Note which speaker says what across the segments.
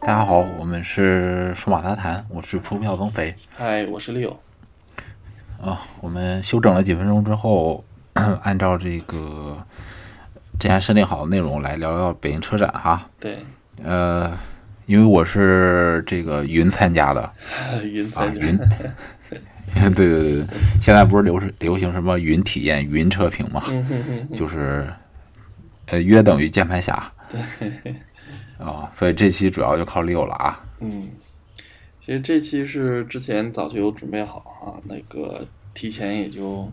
Speaker 1: 大家好，我们是数码杂谈，我是扑票增肥。
Speaker 2: 嗨，我是 Leo。
Speaker 1: 啊，我们休整了几分钟之后， 按照这个之前设定好的内容来聊聊北京车展哈。
Speaker 2: 对，
Speaker 1: 呃，因为我是这个云参加的
Speaker 2: 云
Speaker 1: 啊，
Speaker 2: 参加
Speaker 1: 云。对对对对，现在不是流是流行什么云体验、云车评嘛，
Speaker 2: 嗯哼哼哼，
Speaker 1: 就是呃约等于键盘侠。对。啊，所以这期主要就靠 Leo 了啊。
Speaker 2: 嗯，其实这期是之前早就有准备好啊，那个提前也就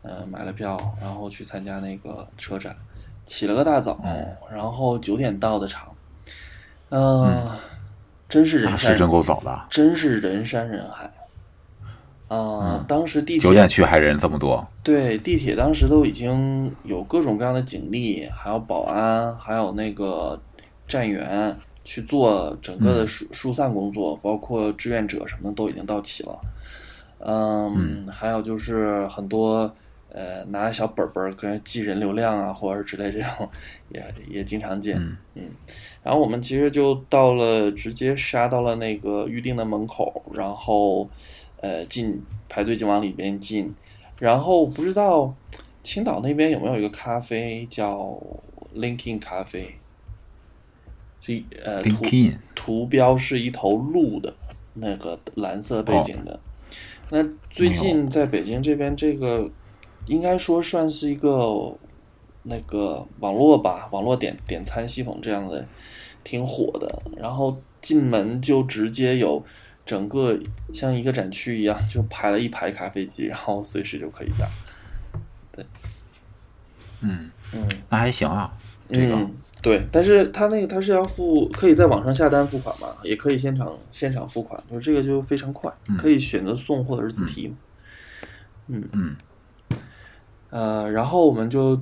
Speaker 2: 呃买了票，然后去参加那个车展，起了个大早，
Speaker 1: 嗯
Speaker 2: 然后九点到的场，呃、嗯，真是哎
Speaker 1: 那
Speaker 2: 人山
Speaker 1: 是
Speaker 2: 人
Speaker 1: 真够早的啊。
Speaker 2: 真是人山人海。啊、当时地
Speaker 1: 嗯
Speaker 2: 铁
Speaker 1: 九点去还人这么多，
Speaker 2: 对，地铁当时都已经有各种各样的警力，还有保安，还有那个站员去做整个的疏疏散工作，包括志愿者什么的都已经到齐了。嗯，还有就是很多呃拿小本本儿跟记人流量啊，或者之类这种，也也经常见。嗯然后我们其实就到了，直接杀到了那个预定的门口，然后呃进排队就往里边进，然后不知道青岛那边有没有一个咖啡叫 Linkin 咖啡，是一呃
Speaker 1: 林
Speaker 2: 图
Speaker 1: Kin
Speaker 2: 图标是一头鹿的那个蓝色背景的。那最近在北京这边，这个应该说算是一个那个网络吧，网络点点餐系统这样的挺火的。然后进门就直接有整个像一个展区一样，就排了一排咖啡机，然后随时就可以打。对，
Speaker 1: 嗯
Speaker 2: 嗯。
Speaker 1: 那还行啊，这个
Speaker 2: 嗯、对，但是他那个他是要付，可以在网上下单付款嘛，也可以现场现场付款，就是这个就非常快，可以选择送或者是自提嘛。嗯
Speaker 1: 嗯，
Speaker 2: 呃，然后我们就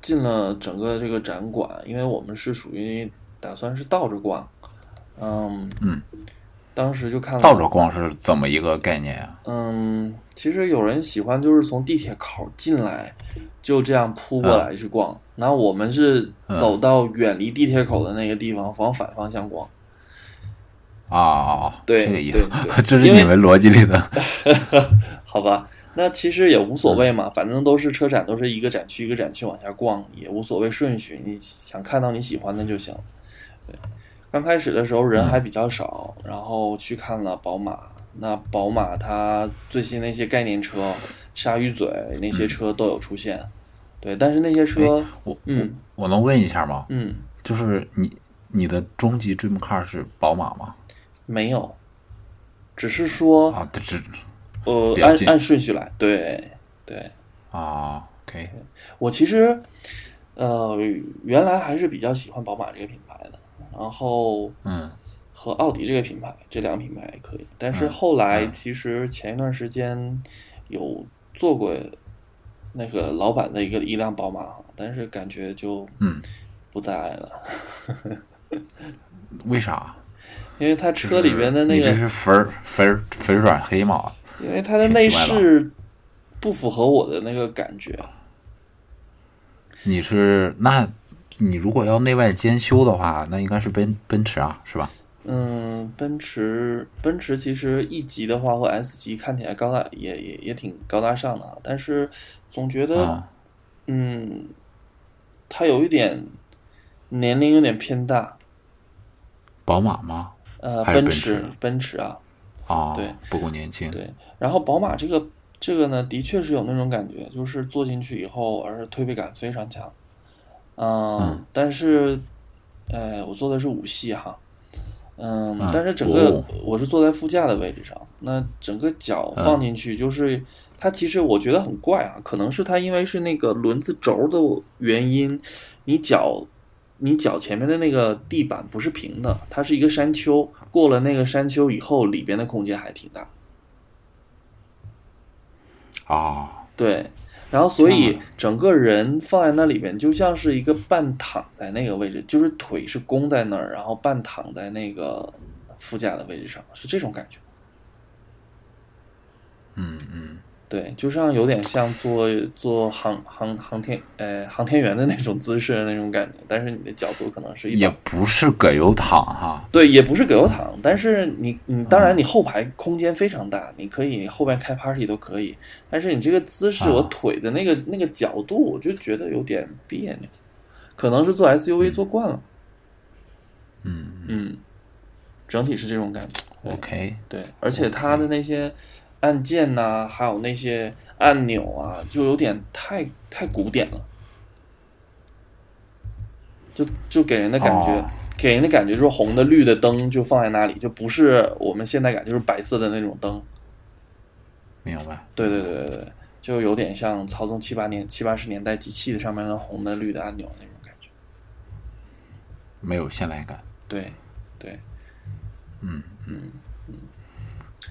Speaker 2: 进了整个这个展馆，因为我们是属于打算是倒着逛，嗯
Speaker 1: 嗯，
Speaker 2: 当时就看了
Speaker 1: 倒着逛是怎么一个概念啊？
Speaker 2: 嗯，其实有人喜欢就是从地铁口进来，就这样扑
Speaker 1: 嗯
Speaker 2: 过来去逛。然后我们是走到远离地铁口的那个地方，往反方向逛。
Speaker 1: 啊啊啊，
Speaker 2: 对
Speaker 1: 这个意思
Speaker 2: 对对，
Speaker 1: 这是
Speaker 2: 因为
Speaker 1: 你们逻辑里的，
Speaker 2: 好吧，那其实也无所
Speaker 1: 嗯
Speaker 2: 谓嘛，反正都是车展，都是一个展区一个展区往下逛，也无所谓顺序，你想看到你喜欢的就行。对，刚开始的时候人
Speaker 1: 嗯
Speaker 2: 还比较少，然后去看了宝马。那宝马它最新那些概念车，鲨鱼嘴那些车都有出现，对，但是那些车，
Speaker 1: 嗯我
Speaker 2: 嗯
Speaker 1: 我能问一下吗？
Speaker 2: 嗯，
Speaker 1: 就是你你的终极 dream car 是宝马吗？
Speaker 2: 没有，只是说
Speaker 1: 啊，这只
Speaker 2: 呃
Speaker 1: 比较
Speaker 2: 按
Speaker 1: 近
Speaker 2: 按顺序来，对对，
Speaker 1: 啊，OK，
Speaker 2: 我其实，呃，原来还是比较喜欢宝马这个品牌的，然后
Speaker 1: 嗯
Speaker 2: 和奥迪这个品牌，这两个品牌也可以。但是后来，
Speaker 1: 嗯
Speaker 2: 其实前一段时间有做过那个老板的一个一辆宝马，但是感觉就
Speaker 1: 嗯，
Speaker 2: 不再爱了，
Speaker 1: 为啥？
Speaker 2: 因为它车里边的
Speaker 1: 你
Speaker 2: 那
Speaker 1: 这
Speaker 2: 个，
Speaker 1: 是粉儿粉儿粉儿软黑吗？
Speaker 2: 因为它的
Speaker 1: 挺
Speaker 2: 内
Speaker 1: 奇怪吧
Speaker 2: 饰不符合我的那个感觉。
Speaker 1: 你是那，你如果要内外兼修的话，那应该是奔奔驰啊，是吧？
Speaker 2: 嗯，奔驰，奔驰其实 E 级的话和 S 级看起来高大也也也挺高大上的啊，但是总觉得，
Speaker 1: 啊，
Speaker 2: 嗯，它有一点年龄有点偏大，
Speaker 1: 宝马吗？
Speaker 2: 呃，
Speaker 1: 还是
Speaker 2: 奔
Speaker 1: 奔
Speaker 2: 驰
Speaker 1: 驰，
Speaker 2: 奔驰啊，
Speaker 1: 啊，
Speaker 2: 对，
Speaker 1: 不够年轻。
Speaker 2: 对，然后宝马这个这个呢，的确是有那种感觉，就是坐进去以后，而推背感非常强。嗯，但是，呃，我坐的是五系哈，嗯，
Speaker 1: 嗯
Speaker 2: 但是整个、
Speaker 1: 哦
Speaker 2: 我是坐在副驾的位置上，那整个脚放进去就是、它其实我觉得很怪啊，可能是它因为是那个轮子轴的原因，你脚你脚前面的那个地板不是平的，它是一个山丘，过了那个山丘以后，里边的空间还挺大。
Speaker 1: 啊，
Speaker 2: 对，然后所
Speaker 1: 这
Speaker 2: 以整个人放在那里边，就像是一个半躺在那个位置，就是腿是弓在那儿，然后半躺在那个副驾的位置上，是这种感觉。
Speaker 1: 嗯嗯，
Speaker 2: 对，就像有点像做做航航航天呃航天员的那种姿势的那种感觉，但是你的角度可能是一
Speaker 1: 也
Speaker 2: 般
Speaker 1: 不是葛优躺哈，
Speaker 2: 对，也不是葛优躺，但是你你
Speaker 1: 嗯
Speaker 2: 当然你后排空间非常大，你可以你后边开 party 都可以，但是你这个姿势，
Speaker 1: 啊
Speaker 2: 我腿的那个那个角度，我就觉得有点别扭，可能是做 SUV 做惯了，
Speaker 1: 嗯
Speaker 2: 嗯，整体是这种感觉，对
Speaker 1: ，OK，
Speaker 2: 对，而且它的那些按键呐、还有那些按钮啊，就有点太太古典了，就就给人的感觉，
Speaker 1: 哦
Speaker 2: 给人的感觉就是红的、绿的灯就放在那里，就不是我们现在感觉就是白色的那种灯。
Speaker 1: 明白。
Speaker 2: 对对对对对，就有点像操纵七八年、七八十年代机器的上面的红的、绿的按钮那种感觉。
Speaker 1: 没有现代感。
Speaker 2: 对对
Speaker 1: 嗯嗯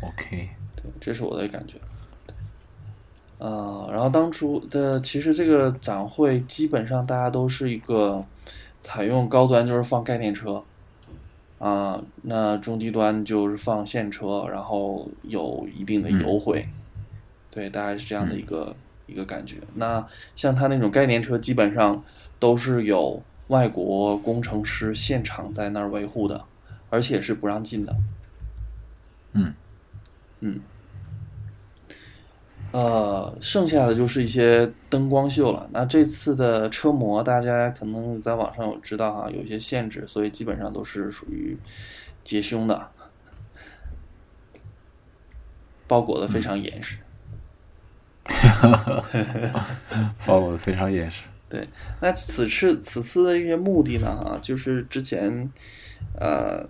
Speaker 1: OK，
Speaker 2: 对，这是我的感觉。呃，然后当初的其实这个展会基本上大家都是一个采用高端就是放概念车，啊、那中低端就是放现车，然后有一定的优惠，对，大概是这样的一个、一个感觉。那像它那种概念车，基本上都是有外国工程师现场在那儿维护的，而且是不让进的。
Speaker 1: 嗯
Speaker 2: 嗯，呃，剩下的就是一些灯光秀了。那这次的车模，大家可能在网上有知道啊哈，有一些限制，所以基本上都是属于结胸的，包裹的非常严实。嗯
Speaker 1: 包括哦非常严实。
Speaker 2: 那此次此次的这些目的呢，啊，就是之前，呃，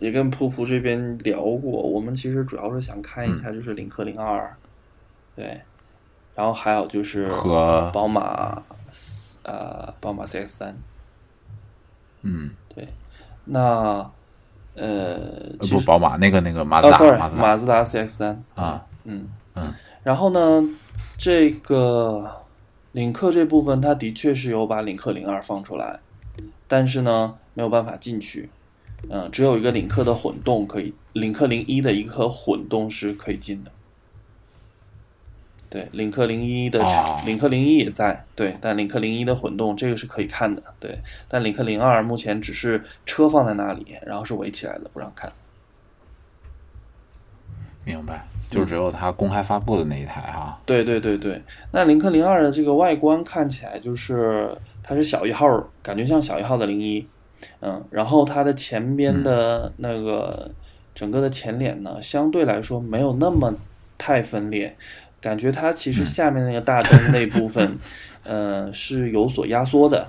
Speaker 2: 也跟噗噗这边聊过，我们其实主要是想看一下就是领克零二，对，然后还有就是啊
Speaker 1: 和
Speaker 2: 宝马，呃，宝马 CX 三，
Speaker 1: 嗯，
Speaker 2: 那哦呃，
Speaker 1: 呃
Speaker 2: 其
Speaker 1: 不，
Speaker 2: 实
Speaker 1: 宝马那个那个马自
Speaker 2: 哦
Speaker 1: 达，
Speaker 2: ，sorry，
Speaker 1: 马自达
Speaker 2: 马自达 CX 三，
Speaker 1: 啊，
Speaker 2: 嗯
Speaker 1: 嗯，
Speaker 2: 然后呢，这个领克这部分，它的确是有把领克零二放出来，但是呢，没有办法进去。嗯、只有一个领克的混动可以，领克零一的一颗混动是可以进的。对，领克零一的、
Speaker 1: 哦
Speaker 2: 领克零一也在，对，但领克零一的混动这个是可以看的，对，但领克零二目前只是车放在那里，然后是围起来的，不让看。
Speaker 1: 明白。就
Speaker 2: 嗯
Speaker 1: 只有它公开发布的那一台啊哈。
Speaker 2: 对对对对，那林克零二的这个外观看起来就是它是小一号，感觉像小一号的零一，嗯，然后它的前边的那个整个的前脸呢，相对来说没有那么太分裂，感觉它其实下面那个大灯那部分， 呃，是有所压缩的，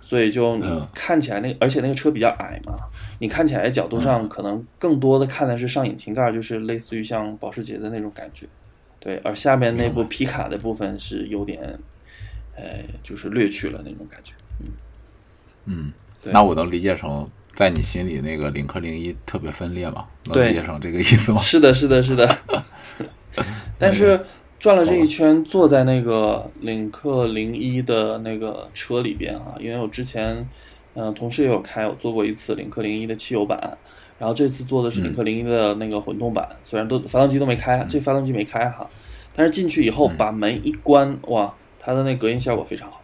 Speaker 2: 所以就你
Speaker 1: 嗯
Speaker 2: 看起来那个，而且那个车比较矮嘛，你看起来角度上可能更多的看的是上引擎盖，就是类似于像保时捷的那种感觉，对，而下面那部皮卡的部分是有点，呃，就是略去了那种感觉。
Speaker 1: 嗯，
Speaker 2: 对
Speaker 1: 那我能理解成在你心里那个领克零一特别分裂吗？能
Speaker 2: 对
Speaker 1: 理解成这个意思吗？
Speaker 2: 是的，是的，是的。但是转了这一圈，坐在那个领克零一的那个车里边啊，因为我之前嗯、呃同事也有开，我坐过一次领克零一的汽油版，然后这次坐的是
Speaker 1: 嗯
Speaker 2: 领克零一的那个混动版，虽然都发动机都没开，这发动机没开哈，但是进去以后
Speaker 1: 嗯
Speaker 2: 把门一关，哇，它的那隔音效果非常好。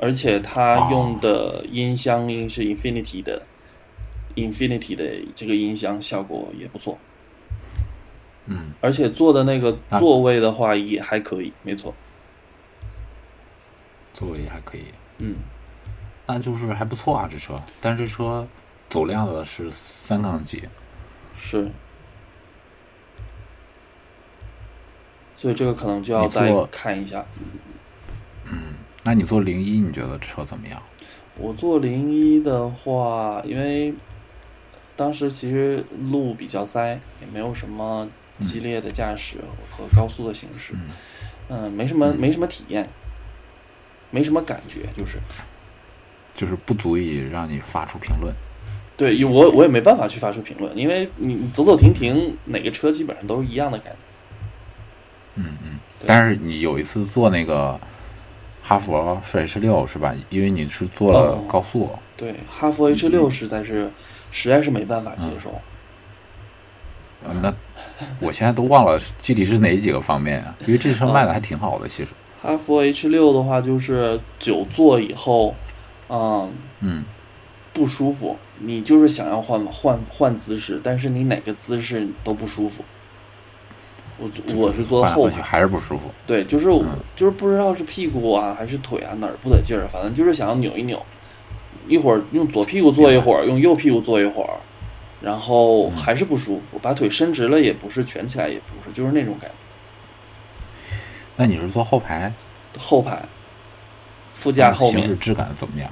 Speaker 2: 而且它用的音箱音是 Infinity 的、i n f i n i t y 的这个音箱效果也不错。
Speaker 1: 嗯，
Speaker 2: 而且坐的那个
Speaker 1: 啊
Speaker 2: 座位的话也还可以，没错。
Speaker 1: 座位还可以，
Speaker 2: 嗯，
Speaker 1: 那就是还不错啊，这车。但是这车走量的是三缸机，
Speaker 2: 是。所以这个可能就要
Speaker 1: 你
Speaker 2: 再
Speaker 1: 坐
Speaker 2: 看一下。
Speaker 1: 那你坐零一，你觉得车怎么样？
Speaker 2: 我坐零一的话，因为当时其实路比较塞，也没有什么激烈的驾驶和高速的行驶，
Speaker 1: 嗯
Speaker 2: 嗯，没什么没什么体验，没什么感觉，就是
Speaker 1: 就是不足以让你发出评论。
Speaker 2: 对因为我我也没办法去发出评论，因为你你走走停停，哪个车基本上都是一样的感觉。
Speaker 1: 嗯嗯，
Speaker 2: 对
Speaker 1: 但是你有一次坐那个哈佛是 H 六是吧？因为你是坐了
Speaker 2: 哦
Speaker 1: 高速，
Speaker 2: 对，哈弗 H 六实在是实在是没办法接受。
Speaker 1: 呃那我现在都忘了具体是哪几个方面啊，因为这车卖
Speaker 2: 哦
Speaker 1: 的还挺好的，其实。
Speaker 2: 哈弗 H 六的话，就是久坐以后，嗯，
Speaker 1: 嗯，
Speaker 2: 不舒服。你就是想要换换换姿势，但是你哪个姿势都不舒服。我我是坐
Speaker 1: 换来
Speaker 2: 后
Speaker 1: 换去嗯
Speaker 2: 排，
Speaker 1: 还是不舒服。
Speaker 2: 对，就是我就是不知道是屁股啊还是腿啊哪儿不得劲儿，反正就是想要扭一扭，一会儿用左屁股坐一会儿，用右屁股坐一会儿，然后
Speaker 1: 嗯
Speaker 2: 还是不舒服，把腿伸直了也不是，蜷起来也不是，就是那种感觉。
Speaker 1: 那你是坐后排，
Speaker 2: 后排，副驾后
Speaker 1: 嗯行
Speaker 2: 面
Speaker 1: 驶，质感怎么样？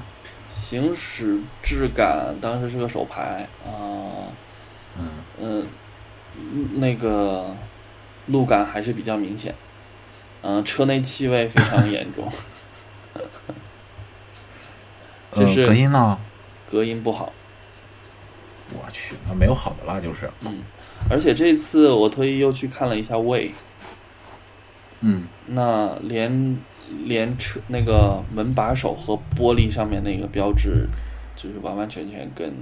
Speaker 2: 行驶质感当时是个手排啊，嗯、那个路感还是比较明显，嗯、车内气味非常严重，
Speaker 1: 呃
Speaker 2: 就是，
Speaker 1: 隔音呢？
Speaker 2: 隔音不好。
Speaker 1: 我去，那没有好的了，就是。
Speaker 2: 而且这次我特意又去看了一下 Way，
Speaker 1: 嗯，
Speaker 2: 那连连车那个门把手和玻璃上面那个标志，就是完完全全跟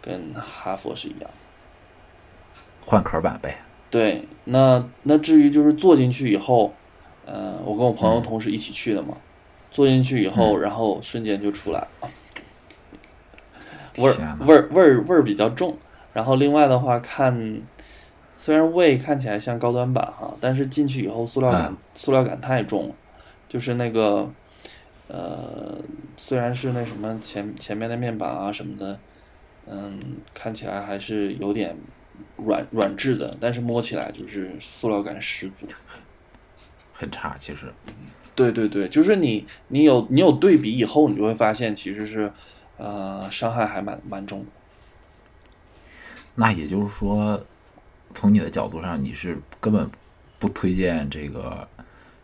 Speaker 2: 跟哈佛是一样的。
Speaker 1: 换壳版呗。
Speaker 2: 对，那那至于就是坐进去以后，呃，我跟我
Speaker 1: 嗯
Speaker 2: 朋友同事一起去的嘛，坐进去以后，然后瞬间就出来了，味
Speaker 1: 天
Speaker 2: 儿
Speaker 1: 哪
Speaker 2: 味儿味儿味儿比较重。然后另外的话，看虽然胃看起来像高端版哈，但是进去以后塑料感、
Speaker 1: 嗯
Speaker 2: 塑料感太重了，就是那个呃，虽然是那什么前前面的面板啊什么的，嗯，看起来还是有点软软质的，但是摸起来就是塑料感十足。
Speaker 1: 很差，其实
Speaker 2: 对对对，就是你你有你有对比以后，你就会发现其实是呃伤害还蛮蛮重的。
Speaker 1: 那也就是说，从你的角度上，你是根本不推荐这个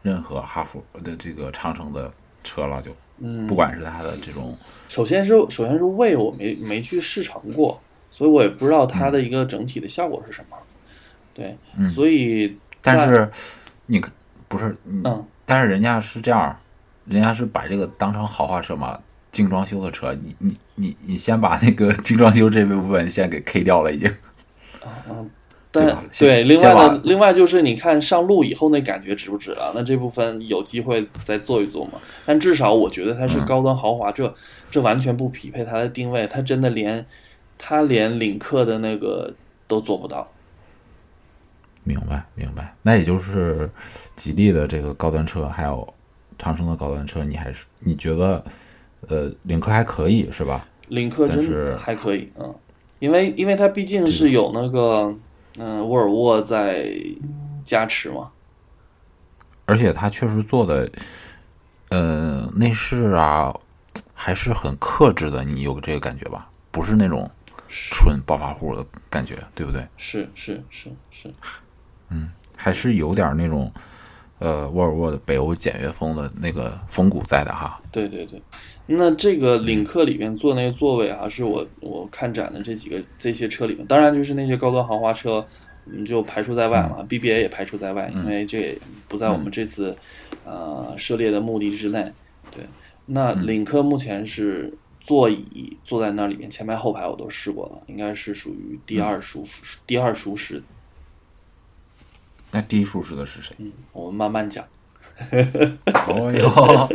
Speaker 1: 任何哈弗的这个长城的车了，就
Speaker 2: 嗯，
Speaker 1: 不管是它的这种
Speaker 2: 首先是首先是胃我没没去试乘过，所以我也不知道它的一个整体的效果是什么。对，
Speaker 1: 嗯
Speaker 2: 所以
Speaker 1: 但
Speaker 2: 在
Speaker 1: 是你可不是，嗯
Speaker 2: 嗯，
Speaker 1: 但是人家是这样，人家是把这个当成豪华车嘛，精装修的车，你你你你先把那个精装修这部分先给 K 掉了，已经。
Speaker 2: 嗯，
Speaker 1: 对
Speaker 2: 但
Speaker 1: 吧先
Speaker 2: 对，另外
Speaker 1: 先
Speaker 2: 呢
Speaker 1: 把，
Speaker 2: 另外就是你看上路以后那感觉值不值了？那这部分有机会再做一做嘛。但至少我觉得它是高端豪华，这这完全不匹配它的定位，它真的连它连领克的那个都做不到。
Speaker 1: 明白明白，那也就是呃吉利的这个高端车，还有长城的高端车，你还是你觉得，呃，领克还可以是吧？
Speaker 2: 领克
Speaker 1: 但是
Speaker 2: 真还可以，嗯，因为因为它毕竟是有那个嗯、沃尔沃在加持嘛，
Speaker 1: 而且它确实做的，呃，内饰啊，还是很克制的，你有这个感觉吧？不是那种纯暴发户的感觉，对不对？
Speaker 2: 是是是是，
Speaker 1: 还是有点那种，呃，沃尔沃的北欧简约风的那个风骨在的哈。
Speaker 2: 对对对。那这个领克里面坐那个座位啊，是我我看展的这几个这些车里面，当然就是那些高端豪华车，我们就排除在外了、b b a 也排除在外，因为这也不在我们这次、呃涉猎的目的之内。对，那领克目前是座椅坐在那里面，前排后排我都试过了，应该是属于第二舒服、第二舒适。
Speaker 1: 那第一舒适的是 谁？
Speaker 2: 我们慢慢讲。
Speaker 1: 哦哟，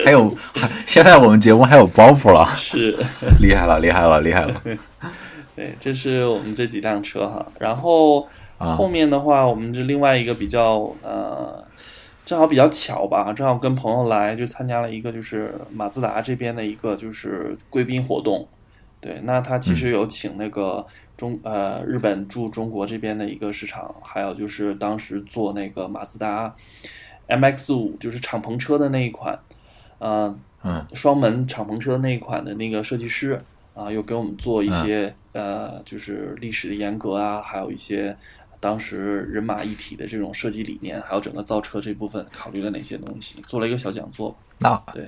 Speaker 1: 还有，还现在我们节目还有包袱了，
Speaker 2: 是。
Speaker 1: 厉害了，厉害了，厉害了。
Speaker 2: 对，这是我们这几辆车哈。然后
Speaker 1: 啊
Speaker 2: 后面的话，我们这另外一个比较呃，正好比较巧吧，正好跟朋友来就参加了一个就是马自达这边的一个就是贵宾活动。对，那他其实有请那个中呃日本驻中国这边的一个市场，还有就是当时做那个马自达 MX 五，就是敞篷车的那一款，呃，
Speaker 1: 嗯，
Speaker 2: 双门敞篷车那一款的那个设计师啊，又给我们做一些、
Speaker 1: 嗯
Speaker 2: 呃，就是历史的沿革啊，还有一些当时人马一体的这种设计理念，还有整个造车这部分考虑了哪些东西，做了一个小讲座。
Speaker 1: 那
Speaker 2: 对，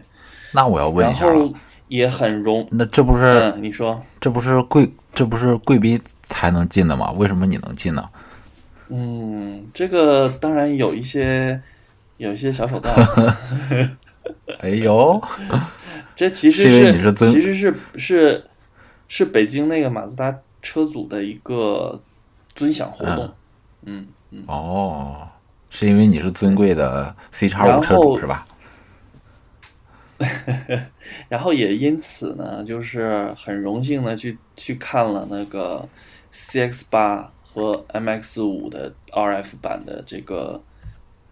Speaker 1: 那我要问
Speaker 2: 然
Speaker 1: 一下了，
Speaker 2: 后也很容，
Speaker 1: 那这不是
Speaker 2: 嗯，你说，
Speaker 1: 这不是贵这不是贵宾才能进的吗？为什么你能进呢？
Speaker 2: 嗯，这个当然有一些有一些小手段，啊
Speaker 1: 哎呦，
Speaker 2: 这其实
Speaker 1: 是因为你是尊
Speaker 2: 其实是是是北京那个马自达车主的一个尊享活动。嗯嗯，
Speaker 1: 哦，是因为你是尊贵的 C 叉
Speaker 2: 然
Speaker 1: 五车主
Speaker 2: 后
Speaker 1: 是吧？
Speaker 2: 然后也因此呢，就是很荣幸的去去看了那个 CX 八和 MX 五的 RF 版的这个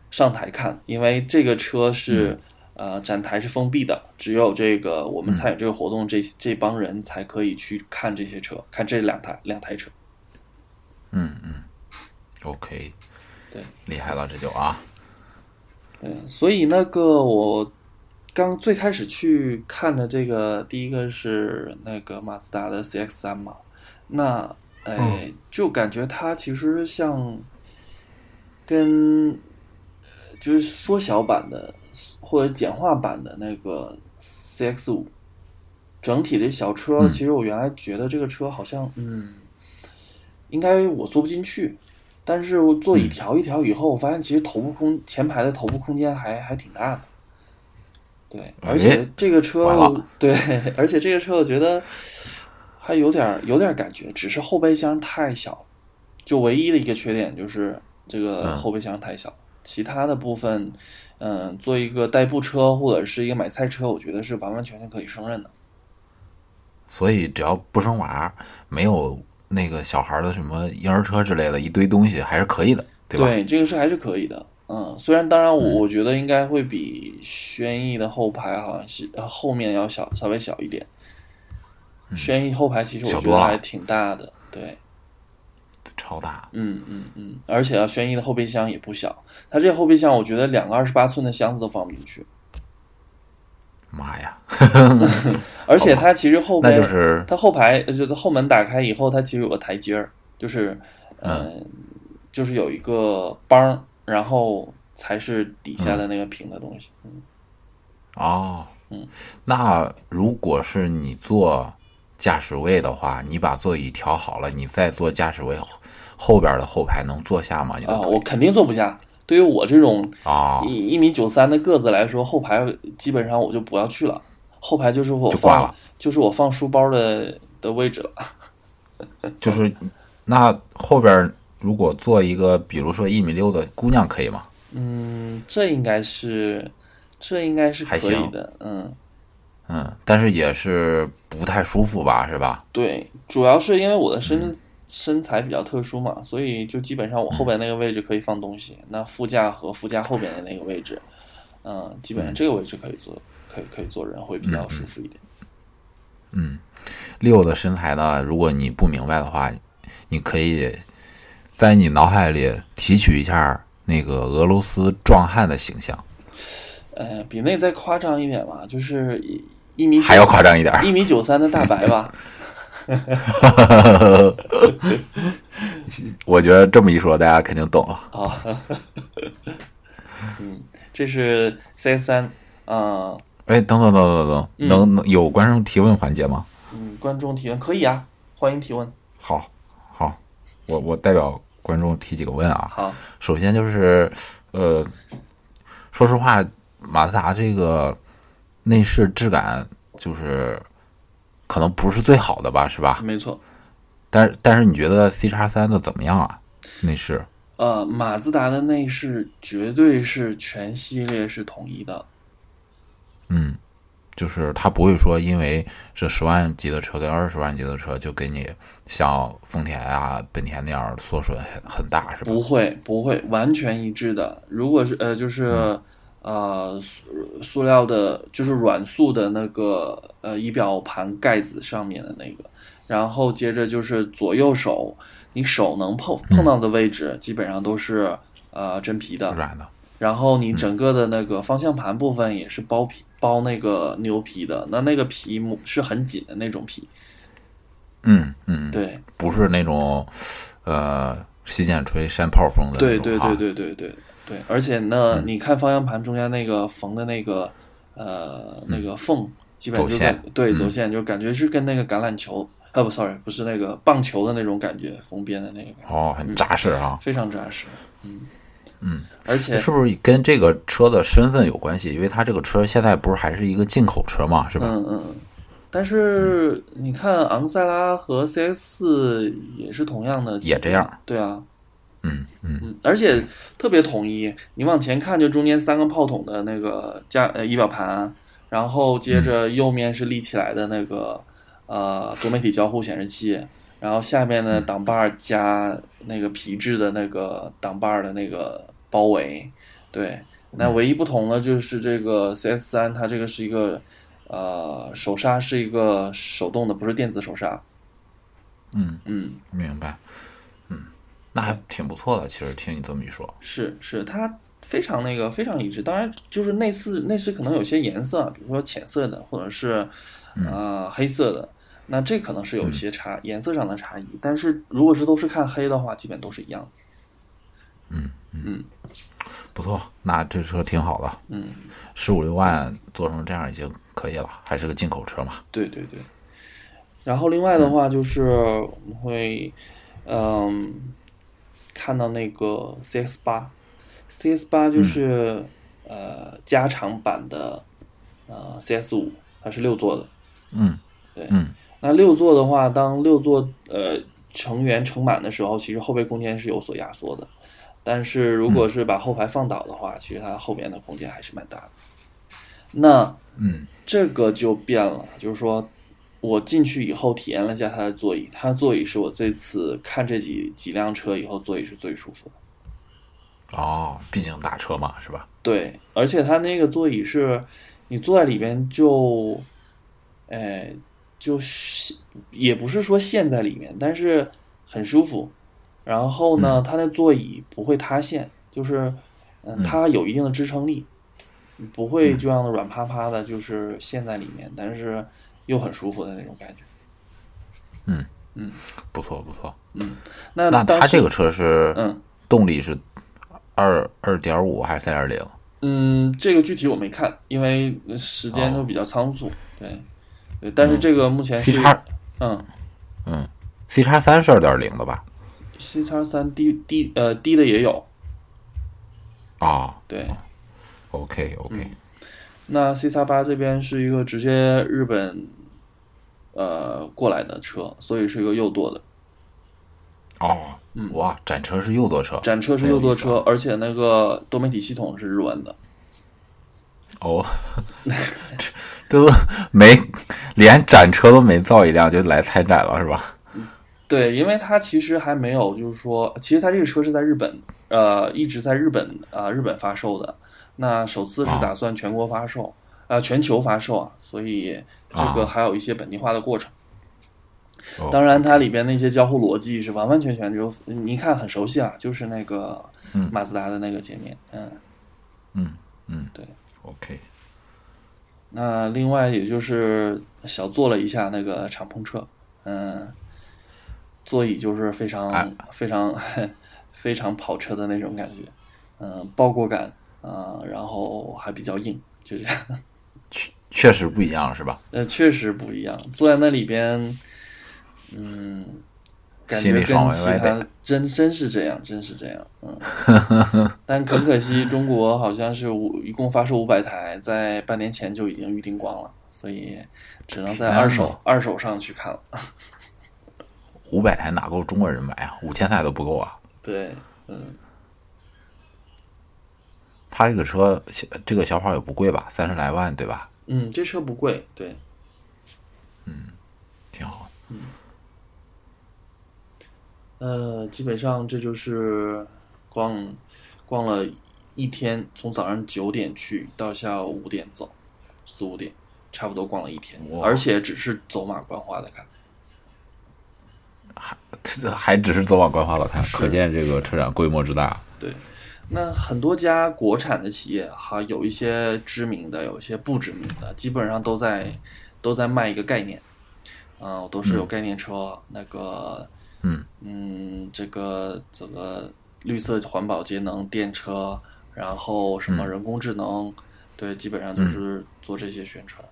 Speaker 2: 上台看，因为这个车是、呃展台是封闭的，只有这个我们参与这个活动这这帮人才可以去看这些车，看这两台两台车。
Speaker 1: OK，
Speaker 2: 对，
Speaker 1: 厉害了，这就啊，
Speaker 2: 嗯，所以那个我刚最开始去看的这个，第一个是那个马自达的 CX 三嘛，那哎，就感觉它其实像跟呃就是缩小版的或者简化版的那个 CX 五，整体的小车，
Speaker 1: 嗯
Speaker 2: 其实我原来觉得这个车好像嗯，应该我坐不进去，但是我座椅
Speaker 1: 嗯
Speaker 2: 调一调以后，我发现其实头部空前排的头部空间还还挺大的。对，
Speaker 1: 哎
Speaker 2: 而且这个车
Speaker 1: 完了
Speaker 2: 对， 而且这个车我觉得还有点儿有点儿感觉，只是后备箱太小了，就唯一的一个缺点就是这个
Speaker 1: 嗯
Speaker 2: 后备箱太小，其他的部分，嗯，做一个代步车或者是一个买菜车，我觉得是完完全全可以胜任的。
Speaker 1: 所以只要不生娃儿，没有那个小孩儿的什么婴儿车之类的一堆东西，还是可以的，对吧？
Speaker 2: 对，这个是还是可以的。嗯，虽然当然我我觉得应该会比轩逸的后排好像是呃后面要小稍微小一点，轩逸后排其实我
Speaker 1: 嗯小
Speaker 2: 觉
Speaker 1: 多
Speaker 2: 得
Speaker 1: 了
Speaker 2: 还挺大的，对。
Speaker 1: 超大，
Speaker 2: 嗯嗯嗯，而且啊，轩逸的后备箱也不小，它这后备箱我觉得两个二十八寸的箱子都放不进去，
Speaker 1: 妈呀，
Speaker 2: 而且它其实后
Speaker 1: 那
Speaker 2: 面
Speaker 1: 就是
Speaker 2: 它后排呃就是后门打开以后，它其实有个台阶儿，就是嗯、呃就是有一个帮儿，然后才是底下的那个平的东西。嗯，
Speaker 1: 哦，那如果是你坐驾驶位的话，你把座椅调好了，你再坐驾驶位后后边的后排能坐下吗？你的
Speaker 2: 啊，
Speaker 1: 腿
Speaker 2: 我肯定坐不下。对于我这种
Speaker 1: 啊、
Speaker 2: 一一米九三的个子来说，后排基本上我就不要去了，后排就是我
Speaker 1: 就挂
Speaker 2: 放
Speaker 1: 了
Speaker 2: 就是我放书包的的位置了。
Speaker 1: 就是
Speaker 2: 嗯
Speaker 1: 那后边如果坐一个，比如说一米六的姑娘可以吗？
Speaker 2: 嗯，这应该是，这应该是可
Speaker 1: 还
Speaker 2: 以
Speaker 1: 行
Speaker 2: 的。嗯，
Speaker 1: 嗯，但是也是不太舒服吧，是吧？
Speaker 2: 对，主要是因为我的
Speaker 1: 嗯
Speaker 2: 身、身材比较特殊嘛，所以就基本上我后边那个位置可以放东西，那副驾和副驾后边的那个位置，嗯，基本上这个位置可以坐，可以可以坐人会比
Speaker 1: 嗯
Speaker 2: 较舒服一点。
Speaker 1: 六的身材呢，如果你不明白的话，你可以在你脑海里提取一下那个俄罗斯壮汉的形象，
Speaker 2: 呃，比那再夸张一点吧，就是一一米
Speaker 1: 还要夸张一点儿。
Speaker 2: 一米九三的大白吧。
Speaker 1: 我觉得这么一说，大家肯定懂了。
Speaker 2: 啊，嗯，这是 C 三，嗯
Speaker 1: 哎，等等等等等等，能能有观众提问环节吗？
Speaker 2: 嗯，观众提问可以啊，欢迎提问。
Speaker 1: 好，好，我我代表观众提几个问啊。
Speaker 2: 好，
Speaker 1: 首先就是，呃，说实话，马自达这个内饰质感就是可能不是最好的吧，是吧？
Speaker 2: 没错。
Speaker 1: 但是但是你觉得 C 叉三的怎么样啊？内饰
Speaker 2: 呃，马自达的内饰绝对是全系列是统一的，
Speaker 1: 就是它不会说因为这十万级的车跟二十万级的车就给你像丰田啊、本田那样缩水很很大，是吧？
Speaker 2: 不会不会完全一致的。如果是呃，就是呃塑塑料的，就是软塑的那个呃仪表盘盖子上面的那个，然后接着就是左右手，你手能碰碰到的位置，基本上都是呃真皮的，
Speaker 1: 软的，
Speaker 2: 然后你整个的那个方向盘部分也是包皮包那个牛皮的，那那个皮膜是很紧的那种皮，
Speaker 1: 嗯嗯，
Speaker 2: 对
Speaker 1: 不是那种呃洗剪吹山炮风的
Speaker 2: 对
Speaker 1: 那种嗯
Speaker 2: 对
Speaker 1: 啊
Speaker 2: 对对对对对，而且呢，你看方向盘中间那个缝的那个呃那个缝，基本上
Speaker 1: 嗯
Speaker 2: 就
Speaker 1: 走线嗯
Speaker 2: 感对走线就感觉是跟那个橄榄球啊不，sorry 不是那个棒球的那种感觉，缝边的那个感觉
Speaker 1: 哦，很扎实啊。
Speaker 2: 非常扎实，嗯嗯，而且
Speaker 1: 是不是跟这个车的身份有关系？因为它这个车现在不是还是一个进口车嘛，是吧？嗯
Speaker 2: 嗯嗯，嗯，但是你看昂塞拉和 CX 四也是同样的，
Speaker 1: 也这样。
Speaker 2: 对啊，
Speaker 1: 嗯嗯
Speaker 2: 而且特别统一。你往前看，就中间三个炮筒的那个加呃仪表盘，然后
Speaker 1: 嗯
Speaker 2: 接着右面是立起来的那个呃多媒体交互显示器，然后下面
Speaker 1: 嗯
Speaker 2: 呢挡把儿加那个皮质的那个挡把儿的那个包围。对，
Speaker 1: 嗯
Speaker 2: 那唯一不同呢，就是这个 CS 三它这个是一个呃手刹是一个手动的，不是电子手刹。
Speaker 1: 嗯，
Speaker 2: 嗯，
Speaker 1: 明白。嗯，那还挺不错的。其实听你这么一说，
Speaker 2: 是是，它非常那个非常一致。当然，就是内饰内饰可能有些颜色，啊比如说浅色的或者是呃黑色的，那这可能是有一些差、颜色上的差异。但是如果是都是看黑的话，基本都是一样的。
Speaker 1: 不错，那这车挺好的。
Speaker 2: 嗯，
Speaker 1: 十五六万做成这样已经可以了，还是个进口车嘛。
Speaker 2: 对对对。然后另外的话就是我们会，嗯，看到那个 CS 八，CS 八
Speaker 1: 嗯
Speaker 2: 就是、呃加长版的呃 CS 五，它是六座的。
Speaker 1: 嗯，
Speaker 2: 对
Speaker 1: 嗯，
Speaker 2: 那六座的话，当六座呃成员乘满的时候，其实后备空间是有所压缩的。但是如
Speaker 1: 嗯
Speaker 2: 果是把后排放倒的话，其实它后面的空间还是蛮大的。那
Speaker 1: 嗯，
Speaker 2: 这个就变了，就是说我进去以后体验了一下它的座椅，它的座椅是我这次看这几几辆车以后座椅是最舒服的。
Speaker 1: 哦，毕竟大车嘛，是吧？
Speaker 2: 对，而且它那个座椅是，你坐在里边就，哎，就是也不是说陷在里面，但是很舒服。然后呢，它那座椅不会塌陷，就是，嗯，它有一定的支撑力，不会就让软趴趴的，就是陷在里面，但是又很舒服的那种感觉。
Speaker 1: 不错，不错。
Speaker 2: 那
Speaker 1: 那
Speaker 2: 当
Speaker 1: 它
Speaker 2: 时
Speaker 1: 这个车是
Speaker 2: 嗯
Speaker 1: 动力是二二点五还是三点零？
Speaker 2: 嗯，这个具体我没看，因为时间都比较仓促。对，对，但是
Speaker 1: 哦嗯
Speaker 2: 这个目前
Speaker 1: C
Speaker 2: 哎是
Speaker 1: 叉
Speaker 2: 嗯。
Speaker 1: C 叉三是二点零的吧？
Speaker 2: C 叉三低低呃低的也有，
Speaker 1: 啊、
Speaker 2: 对。
Speaker 1: o k
Speaker 2: 嗯
Speaker 1: OK，
Speaker 2: 那 C 叉八这边是一个直接日本呃过来的车，所以是一个右舵的
Speaker 1: 哦，哇，展车是右舵车，
Speaker 2: 嗯展车是右舵
Speaker 1: 啊
Speaker 2: 车，而且那个多媒体系统是日文的。
Speaker 1: 哦， 这 都没连展车都没造一辆就来参展了是吧？
Speaker 2: 对，因为它其实还没有，就是说，其实它这个车是在日本，呃，一直在日本啊、呃日本发售的。那首次是
Speaker 1: 啊
Speaker 2: 打算全国发售，啊、全球发售啊，所以这个
Speaker 1: 啊
Speaker 2: 还有一些本地化的过程。
Speaker 1: 哦
Speaker 2: 当然，它里边那些交互逻辑是完完全全就你一看很熟悉啊，就是那个
Speaker 1: 嗯
Speaker 2: 马自达的那个界面，嗯。
Speaker 1: OK，
Speaker 2: 那另外也就是小坐了一下那个敞篷车，嗯，座椅就是非常、
Speaker 1: 哎
Speaker 2: 非常 非常跑车的那种感觉，嗯，包裹感啊、然后还比较硬，就这样。
Speaker 1: 确实不一样是吧？
Speaker 2: 呃，确实不一样，坐在那里边，嗯，感觉
Speaker 1: 心里
Speaker 2: 跟其
Speaker 1: 爽歪歪
Speaker 2: 他
Speaker 1: 的
Speaker 2: 真真是这样，真是这样，嗯。 但很可惜，中国好像是五一共发售五百台，在半年前就已经预定光了，所以只能在
Speaker 1: 天
Speaker 2: 二手
Speaker 1: 呐
Speaker 2: 二手上去看了。
Speaker 1: 五百台哪够中国人买啊？五千台都不够啊！
Speaker 2: 对，嗯，
Speaker 1: 它这个车这个小跑也不贵吧？三十来万对吧？
Speaker 2: 嗯，这车不贵，对，
Speaker 1: 挺好。
Speaker 2: 呃，基本上这就是逛逛了一天，从早上九点去到下午五点走，四五点，差不多逛了一天，
Speaker 1: 哇
Speaker 2: 而且只是走马观花的看。
Speaker 1: 这还只是走马观花了看，
Speaker 2: 是
Speaker 1: 可见这个车展规模之大。
Speaker 2: 那很多家国产的企业，哈，有一些知名的，有一些不知名的，基本上都在都在卖一个概念，啊、都是有概念车，那个，
Speaker 1: 嗯
Speaker 2: 嗯这个这个绿色环保节能电车，然后什么人工智能，对，基本上就是做这些宣传。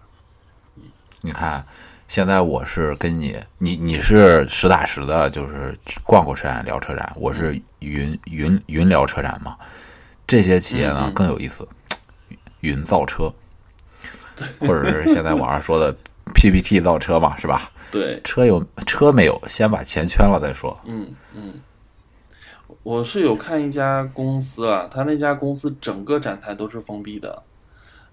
Speaker 1: 你看，现在我是跟你，你你是实打实的，就是去逛过车展聊车展，我是云云云聊车展嘛。这些企业
Speaker 2: 嗯
Speaker 1: 呢
Speaker 2: 嗯
Speaker 1: 更有意思，云造 车，或者是现在网上说的 PPT 造车嘛，是吧？
Speaker 2: 对，
Speaker 1: 车有车没有，先把钱圈了再说。
Speaker 2: 嗯嗯，我是有看一家公司啊，他那家公司整个展台都是封闭的，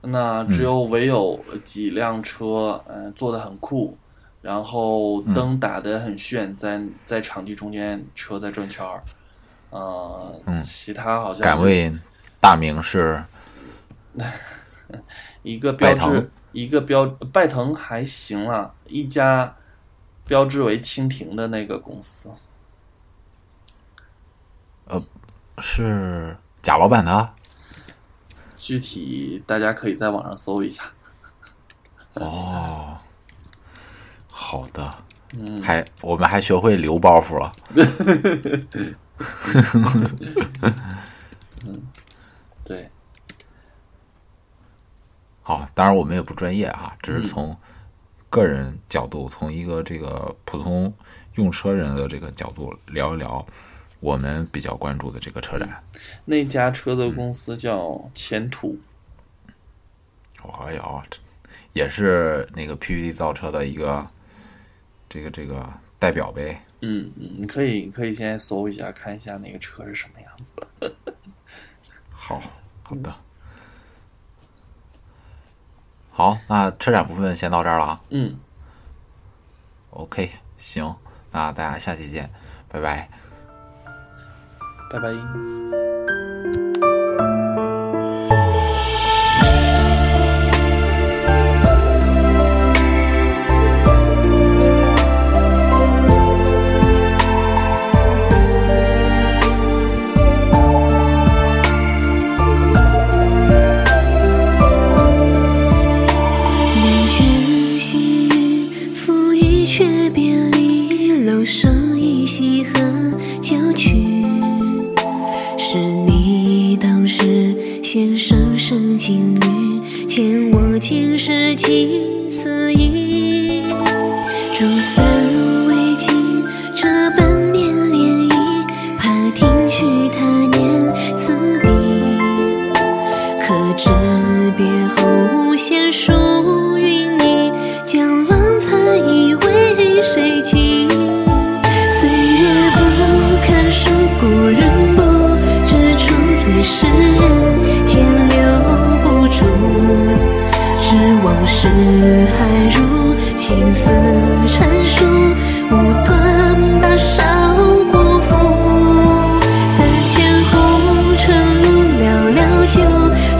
Speaker 2: 那只有唯有几辆车，嗯、呃，做的很酷，然后灯打得很炫，在在场地中间车在转圈儿，呃，
Speaker 1: 嗯
Speaker 2: 其他好像
Speaker 1: 敢
Speaker 2: 就
Speaker 1: 为大明是
Speaker 2: 一个标
Speaker 1: 拜腾
Speaker 2: 志，一个标拜腾还行啦，一家标志为蜻蜓的那个公司，
Speaker 1: 是贾老板的
Speaker 2: 具体大家可以在网上搜一下。
Speaker 1: 哦。好的，
Speaker 2: 嗯，
Speaker 1: 还我们还学会留包袱 了。
Speaker 2: 嗯对，
Speaker 1: 好，当然我们也不专业哈，只
Speaker 2: 嗯
Speaker 1: 是从个人角度，从一个这个普通用车人的这个角度聊一聊我们比较关注的这个车展。
Speaker 2: 那家车的公司叫前途，
Speaker 1: 我好像哦，这也是那个 PPT 造车的一个这个这个代表呗。
Speaker 2: 嗯嗯，你可以你可以现在搜一下，看一下那个车是什么样子的。
Speaker 1: 好，好的。好，那车展部分先到这儿了啊。
Speaker 2: 嗯，
Speaker 1: OK，行，那大家下期见，拜拜。
Speaker 2: 拜拜。
Speaker 3: 眉间细雨，拂一阙别离，楼上依稀和郊区。是你当时先上生情侣，牵我前世情丝意。竹伞未尽，这半面涟漪，怕听取他念此地。可知别后无限属于你，将浪才以为谁记？岁月不堪数，故人不知处，最是人间留不住。只往事还如青丝缠束，无端把韶光负。三千红尘路寥寥，九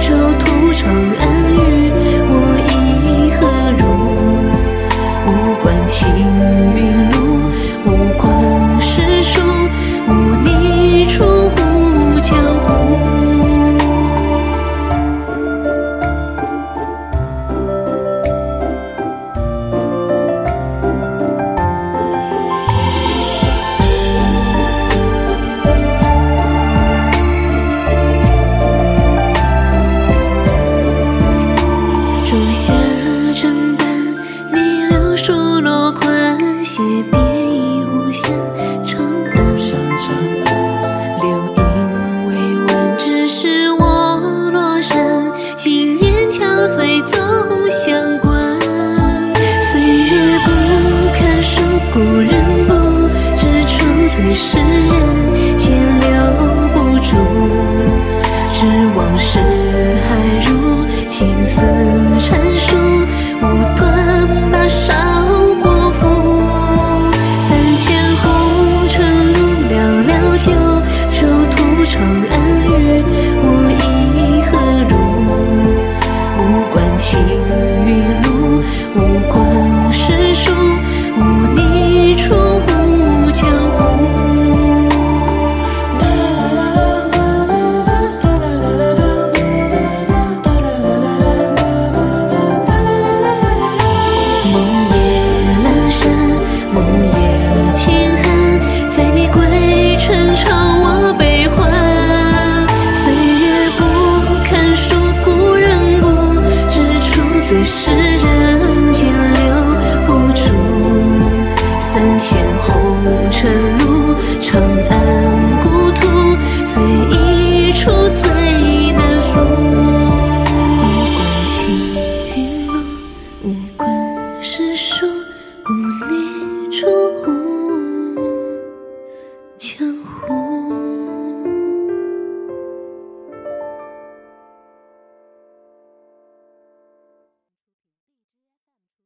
Speaker 3: 州土长安与我意何如？无关青云路，无关世俗，无你处无江湖。仲夏正半，你柳树落款，写别已无限长安。柳影未完，只是我落山，今夜憔悴总相关。岁月不堪数，故人不知处，最是人间留不住。知往事还如青丝缠束，无端把韶光负。三千红尘路寥寥，九州土长安与我意何如？无关青云路，无关世俗，无你处无江湖。梦夜阑珊，梦夜轻寒，在你归程长，我悲欢。岁月不堪数，故人不知处，最是人间留不住。三千红尘路，长安故土，最一处最